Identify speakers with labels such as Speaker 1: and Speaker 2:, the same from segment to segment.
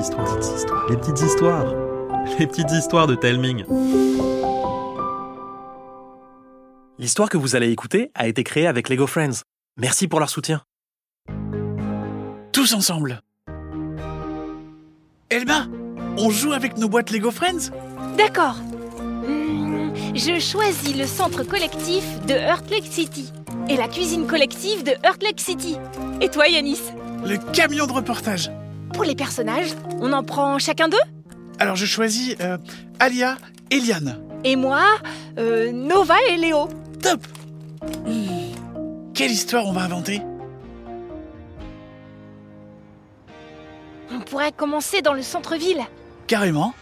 Speaker 1: histoires. Les petites histoires. Les petites histoires de Telming.
Speaker 2: L'histoire que vous allez écouter a été créée avec Lego Friends. Merci pour leur soutien.
Speaker 3: Tous ensemble Elma, on joue avec nos boîtes Lego Friends
Speaker 4: D'accord. Hmm, je choisis le centre collectif de Heart Lake City et la cuisine collective de Heart Lake City. Et toi, Yanis
Speaker 3: Le camion de reportage
Speaker 4: Pour les personnages, on en prend chacun d'eux
Speaker 3: Alors je choisis euh, Alia et Liane.
Speaker 4: Et moi, euh, Nova et Léo.
Speaker 3: Top Quelle histoire on va inventer
Speaker 4: On pourrait commencer dans le centre-ville.
Speaker 3: Carrément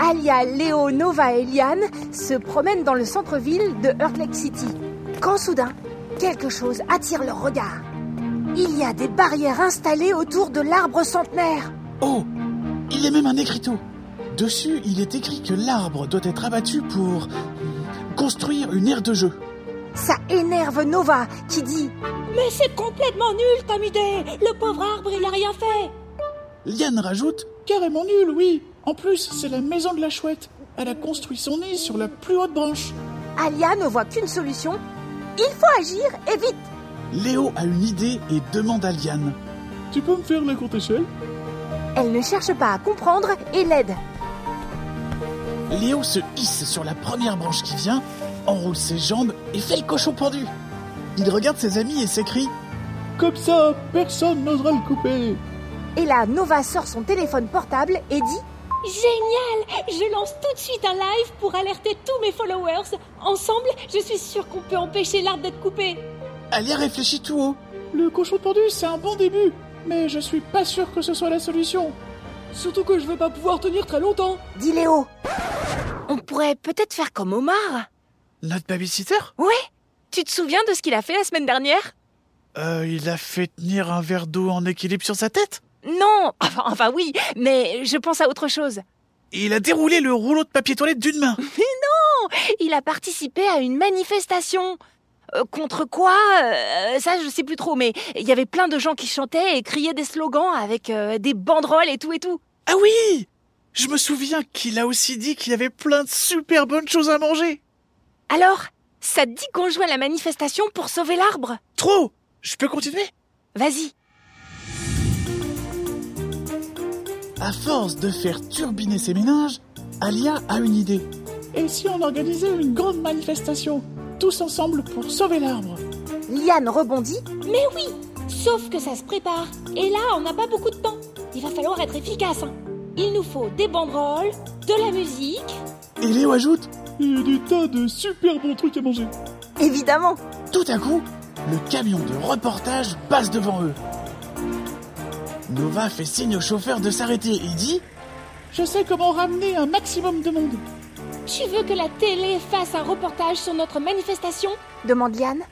Speaker 5: Alia, Léo, Nova et Liane se promènent dans le centre-ville de Heart Lake City. Quand soudain, quelque chose attire leur regard. Il y a des barrières installées autour de l'arbre centenaire.
Speaker 3: Oh Il y a même un écriteau Dessus, il est écrit que l'arbre doit être abattu pour construire une aire de jeu.
Speaker 5: Ça énerve Nova qui dit
Speaker 6: Mais c'est complètement nul comme idée Le pauvre arbre, il a rien fait
Speaker 3: Liane rajoute Carrément nul, oui En plus, c'est la maison de la chouette. Elle a construit son nid sur la plus haute branche.
Speaker 5: Alia ne voit qu'une solution. Il faut agir et vite.
Speaker 3: Léo a une idée et demande à Liane Tu peux me faire la courte échelle
Speaker 5: Elle ne cherche pas à comprendre et l'aide.
Speaker 3: Léo se hisse sur la première branche qui vient, enroule ses jambes et fait le cochon pendu. Il regarde ses amis et s'écrie Comme ça, personne n'osera le couper
Speaker 5: Et là, Nova sort son téléphone portable et dit
Speaker 6: Génial Je lance tout de suite un live pour alerter tous mes followers. Ensemble, je suis sûre qu'on peut empêcher l'arbre d'être coupé.
Speaker 3: Alia réfléchit tout haut. Le cochon pendu, c'est un bon début, mais je suis pas sûr que ce soit la solution.
Speaker 7: Surtout que je vais pas pouvoir tenir très longtemps.
Speaker 5: Dit Léo.
Speaker 4: On pourrait peut-être faire comme Omar.
Speaker 3: Notre babysitter
Speaker 4: Ouais Tu te souviens de ce qu'il a fait la semaine dernière
Speaker 3: Euh, il a fait tenir un verre d'eau en équilibre sur sa tête
Speaker 4: Non enfin, enfin oui, mais je pense à autre chose.
Speaker 3: Et il a déroulé le rouleau de papier toilette d'une main.
Speaker 4: Il a participé à une manifestation. Euh, contre quoi Euh, Ça, je sais plus trop, mais il y avait plein de gens qui chantaient et criaient des slogans avec euh, des banderoles et tout et tout.
Speaker 3: Ah oui Je me souviens qu'il a aussi dit qu'il y avait plein de super bonnes choses à manger.
Speaker 4: Alors, ça te dit qu'on joue à la manifestation pour sauver l'arbre
Speaker 3: Trop Je peux continuer
Speaker 4: Vas-y.
Speaker 3: À force de faire turbiner ses ménages, Alia a une idée. Et si on organisait une grande manifestation, tous ensemble pour sauver l'arbre
Speaker 5: Liane rebondit.
Speaker 6: Mais oui Sauf que ça se prépare. Et là, on n'a pas beaucoup de temps. Il va falloir être efficace. hein. Il nous faut des banderoles, de la musique.
Speaker 3: Et Léo ajoute
Speaker 8: et des tas de super bons trucs à manger.
Speaker 5: Évidemment.
Speaker 3: Tout à coup, le camion de reportage passe devant eux. Nova fait signe au chauffeur de s'arrêter et dit Je sais comment ramener un maximum de monde.
Speaker 6: Tu veux que la télé fasse un reportage sur notre manifestation
Speaker 5: Demande Liane.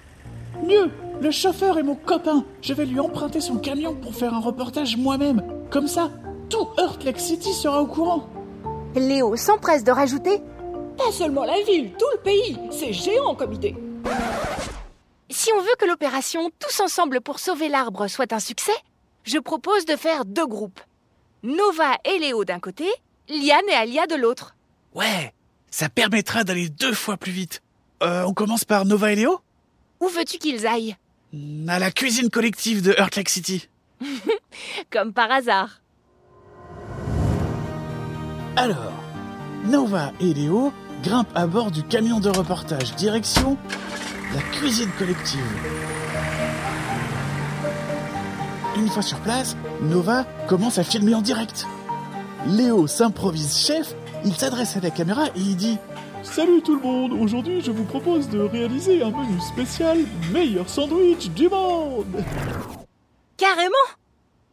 Speaker 3: Mieux, le chauffeur est mon copain. Je vais lui emprunter son camion pour faire un reportage moi-même. Comme ça, tout Earth Lake City sera au courant.
Speaker 5: Léo s'empresse de rajouter.
Speaker 6: Pas seulement la ville, tout le pays. C'est géant comme idée.
Speaker 4: Si on veut que l'opération Tous ensemble pour sauver l'arbre soit un succès, je propose de faire deux groupes. Nova et Léo d'un côté, Liane et Alia de l'autre.
Speaker 3: Ouais, ça permettra d'aller deux fois plus vite. Euh, on commence par Nova et Léo
Speaker 4: Où veux-tu qu'ils aillent
Speaker 3: Hmm, À la cuisine collective de Earth Lake City.
Speaker 4: Comme par hasard.
Speaker 3: Alors, Nova et Léo grimpent à bord du camion de reportage direction la cuisine collective. Une fois sur place, Nova commence à filmer en direct. Léo s'improvise chef, il s'adresse à la caméra et il dit
Speaker 8: Salut tout le monde, aujourd'hui je vous propose de réaliser un menu spécial meilleur sandwich du monde.
Speaker 4: Carrément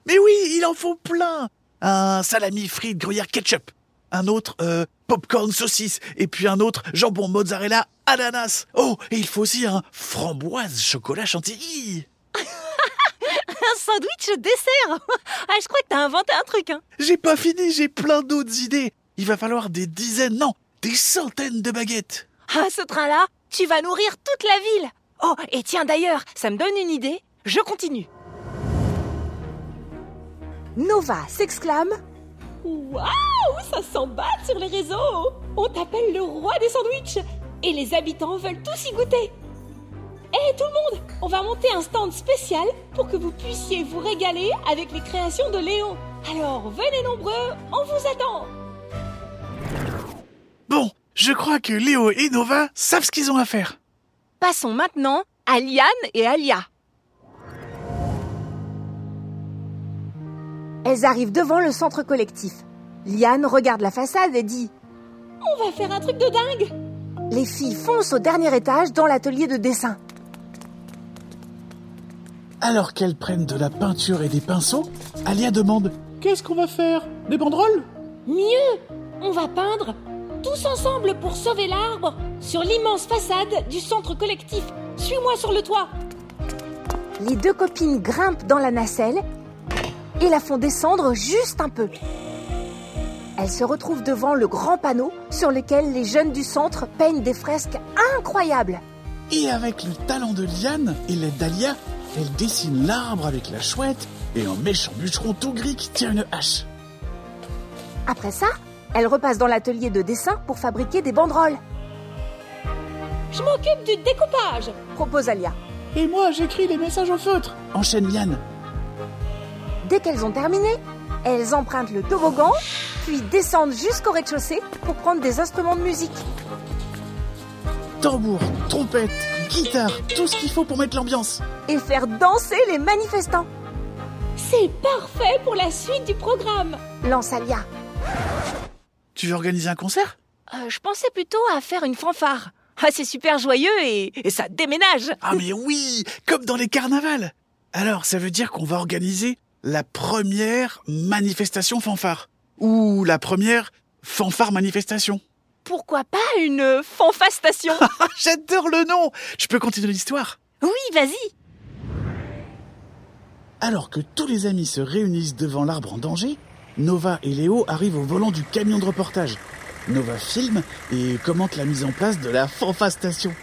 Speaker 3: Mais oui, il en faut plein Un salami frites gruyère ketchup. Un autre euh, popcorn saucisse. Et puis un autre jambon mozzarella ananas. Oh, et il faut aussi un framboise chocolat chantilly.
Speaker 4: Un sandwich dessert Ah, je crois que t'as inventé un truc, hein
Speaker 3: J'ai pas fini, j'ai plein d'autres idées. Il va falloir des dizaines, non, des centaines de baguettes.
Speaker 4: Ah, ce train-là, tu vas nourrir toute la ville Oh, et tiens d'ailleurs, ça me donne une idée, je continue.
Speaker 5: Nova s'exclame
Speaker 6: Waouh, ça s'emballe sur les réseaux On t'appelle le roi des sandwichs Et les habitants veulent tous y goûter Hé tout le monde, on va monter un stand spécial pour que vous puissiez vous régaler avec les créations de Léon. Alors venez nombreux, on vous attend
Speaker 3: Bon, je crois que Léo et Nova savent ce qu'ils ont à faire.
Speaker 4: Passons maintenant à Liane et Alia.
Speaker 5: Elles arrivent devant le centre collectif. Liane regarde la façade et dit
Speaker 6: On va faire un truc de dingue
Speaker 5: Les filles foncent au dernier étage dans l'atelier de dessin.
Speaker 3: Alors qu'elles prennent de la peinture et des pinceaux, Alia demande
Speaker 8: Qu'est-ce qu'on va faire Des banderoles
Speaker 6: Mieux, on va peindre tous ensemble pour sauver l'arbre sur l'immense façade du centre collectif. Suis-moi sur le toit
Speaker 5: Les deux copines grimpent dans la nacelle et la font descendre juste un peu. Elles se retrouvent devant le grand panneau sur lequel les jeunes du centre peignent des fresques incroyables.
Speaker 3: Et avec le talent de Liane et l'aide d'Alia, elle dessine l'arbre avec la chouette et un méchant bûcheron tout gris qui tient une hache.
Speaker 5: Après ça, elles repassent dans l'atelier de dessin pour fabriquer des banderoles,
Speaker 6: Je m'occupe du découpage
Speaker 5: propose Alia.
Speaker 8: Et moi, j'écris les messages au feutre
Speaker 3: Enchaîne Liane.
Speaker 5: Dès qu'elles ont terminé, elles empruntent le toboggan, puis descendent jusqu'au rez-de-chaussée pour prendre des instruments de musique.
Speaker 3: Tambour, trompette, guitare, tout ce qu'il faut pour mettre l'ambiance.
Speaker 5: et faire danser les manifestants,
Speaker 6: C'est parfait pour la suite du programme
Speaker 5: lance Alia.
Speaker 3: Tu veux organiser un concert
Speaker 4: Euh, je pensais plutôt à faire une fanfare. Ah, c'est super joyeux et, et ça déménage.
Speaker 3: Ah mais oui, comme dans les carnavals. Alors ça veut dire qu'on va organiser la première manifestation fanfare. Ou la première fanfare manifestation.
Speaker 4: Pourquoi pas une euh, fanfastation
Speaker 3: Ah, J'adore le nom Je peux continuer l'histoire
Speaker 4: Oui, vas-y.
Speaker 3: Alors que tous les amis se réunissent devant l'arbre en danger, Nova et Léo arrivent au volant du camion de reportage. Nova filme et commente la mise en place de la fanfastation.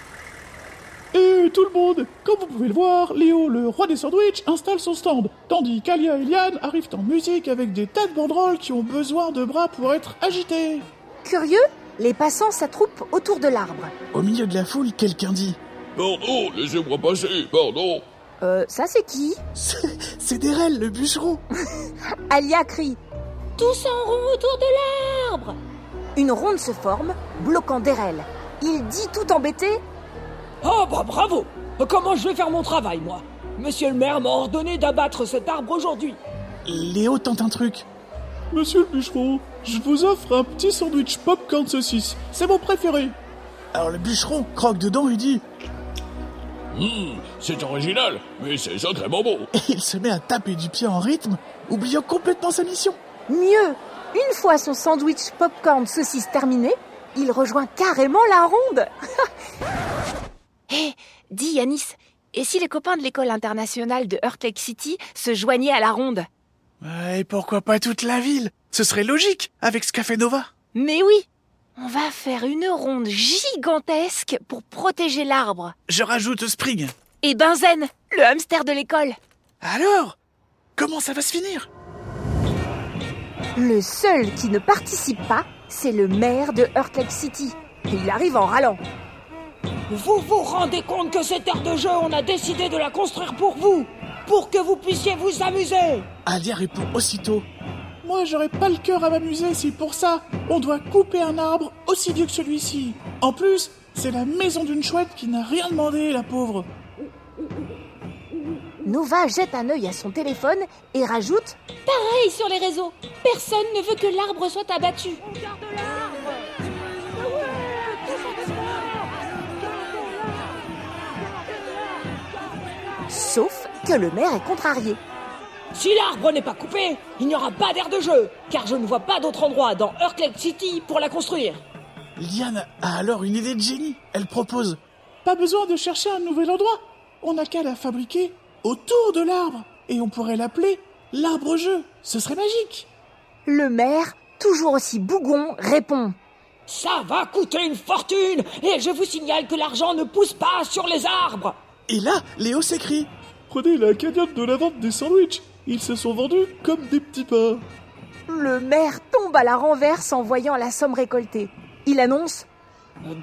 Speaker 8: Et tout le monde, comme vous pouvez le voir, Léo, le roi des sandwichs, installe son stand, tandis qu'Alia et Liane arrivent en musique avec des tas de banderoles qui ont besoin de bras pour être agitées.
Speaker 5: Curieux, les passants s'attroupent autour de l'arbre.
Speaker 3: Au milieu de la foule, quelqu'un dit
Speaker 9: Pardon, laissez-moi passer, pardon.
Speaker 5: Euh, ça c'est qui
Speaker 3: C'est c'est Derel, le bûcheron
Speaker 5: Alia crie.
Speaker 6: Tous en rond autour de l'arbre
Speaker 5: Une ronde se forme, bloquant Derel. Il dit tout embêté
Speaker 7: Ah bah bravo Comment je vais faire mon travail, moi Monsieur le maire m'a ordonné d'abattre cet arbre aujourd'hui.
Speaker 3: Léo tente un truc.
Speaker 8: Monsieur le bûcheron, je vous offre un petit sandwich popcorn saucisse, c'est mon préféré.
Speaker 3: Alors le bûcheron croque dedans et dit
Speaker 9: Hmm, c'est original, mais c'est sacrément bon.
Speaker 3: et il se met à taper du pied en rythme, oubliant complètement sa mission.
Speaker 5: Mieux Une fois son sandwich popcorn saucisse terminé, il rejoint carrément la ronde.
Speaker 4: Hé, Eh, dis Yanis, et si les copains de l'école internationale de Heart Lake City se joignaient à la ronde
Speaker 3: Ouais, Et pourquoi pas toute la ville Ce serait logique avec ce qu'a fait Nova.
Speaker 4: Mais oui On va faire une ronde gigantesque pour protéger l'arbre.
Speaker 3: Je rajoute Spring.
Speaker 4: Et Benzen, le hamster de l'école.
Speaker 3: Alors Comment ça va se finir
Speaker 5: Le seul qui ne participe pas, c'est le maire de Heart Lake City. Il arrive en râlant.
Speaker 7: Vous vous rendez compte que cette aire de jeu, on a décidé de la construire pour vous Pour que vous puissiez vous amuser
Speaker 3: Alia répond aussitôt.
Speaker 8: Moi, j'aurais pas le cœur à m'amuser si pour ça, on doit couper un arbre aussi vieux que celui-ci. En plus, c'est la maison d'une chouette qui n'a rien demandé, la pauvre.
Speaker 5: Nova jette un œil à son téléphone et rajoute
Speaker 6: Pareil sur les réseaux Personne ne veut que l'arbre soit abattu
Speaker 5: Sauf que le maire est contrarié.
Speaker 7: Si l'arbre n'est pas coupé, il n'y aura pas d'aire de jeu, car je ne vois pas d'autre endroit dans Heart Lake City pour la construire.
Speaker 3: Liane a alors une idée de génie. Elle propose
Speaker 8: Pas besoin de chercher un nouvel endroit. On n'a qu'à la fabriquer autour de l'arbre. Et on pourrait l'appeler l'arbre-jeu. Ce serait magique.
Speaker 5: Le maire, toujours aussi bougon, répond.
Speaker 7: Ça va coûter une fortune, et je vous signale que l'argent ne pousse pas sur les arbres
Speaker 3: Et là, Léo s'écrit
Speaker 8: Prenez la cagnotte de la vente des sandwichs. Ils se sont vendus comme des petits pains.
Speaker 5: Le maire tombe à la renverse en voyant la somme récoltée. Il annonce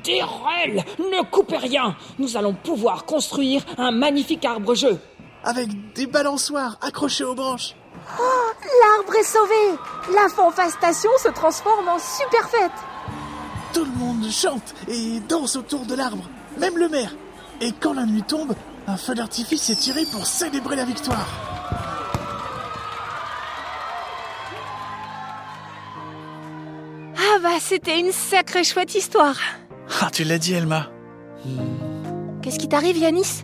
Speaker 7: Derrel, ne coupez rien Nous allons pouvoir construire un magnifique arbre-jeu.
Speaker 3: Avec des balançoires accrochés aux branches.
Speaker 5: L'arbre est sauvé La fanfastation se transforme en super fête
Speaker 3: Tout le monde chante et danse autour de l'arbre, même le maire. Et quand la nuit tombe, un feu d'artifice est tiré pour célébrer la victoire.
Speaker 4: Ah bah c'était une sacrée chouette histoire.
Speaker 3: Ah, tu l'as dit, Elma.
Speaker 4: Qu'est-ce qui t'arrive Yanis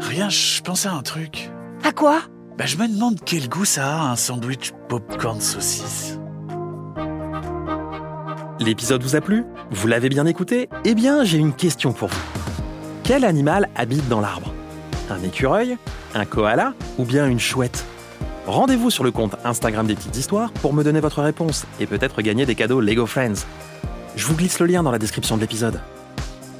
Speaker 3: Rien, je pensais à un truc.
Speaker 4: À quoi
Speaker 3: Bah, je me demande quel goût ça a un sandwich popcorn saucisse.
Speaker 2: L'épisode vous a plu Vous l'avez bien écouté Eh bien, j'ai une question pour vous. Quel animal habite dans l'arbre Un écureuil Un koala Ou bien une chouette Rendez-vous sur le compte Instagram des petites histoires pour me donner votre réponse et peut-être gagner des cadeaux Lego Friends. Je vous glisse le lien dans la description de l'épisode.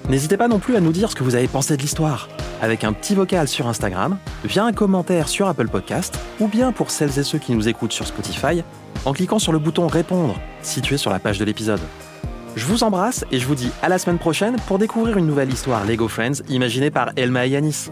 Speaker 2: N'hésitez pas non plus à nous dire ce que vous avez pensé de l'histoire, avec un petit vocal sur Instagram, via un commentaire sur Apple Podcast, ou bien pour celles et ceux qui nous écoutent sur Spotify, en cliquant sur le bouton Répondre, situé sur la page de l'épisode. Je vous embrasse et je vous dis à la semaine prochaine pour découvrir une nouvelle histoire Lego Friends imaginée par Elma et Yanis.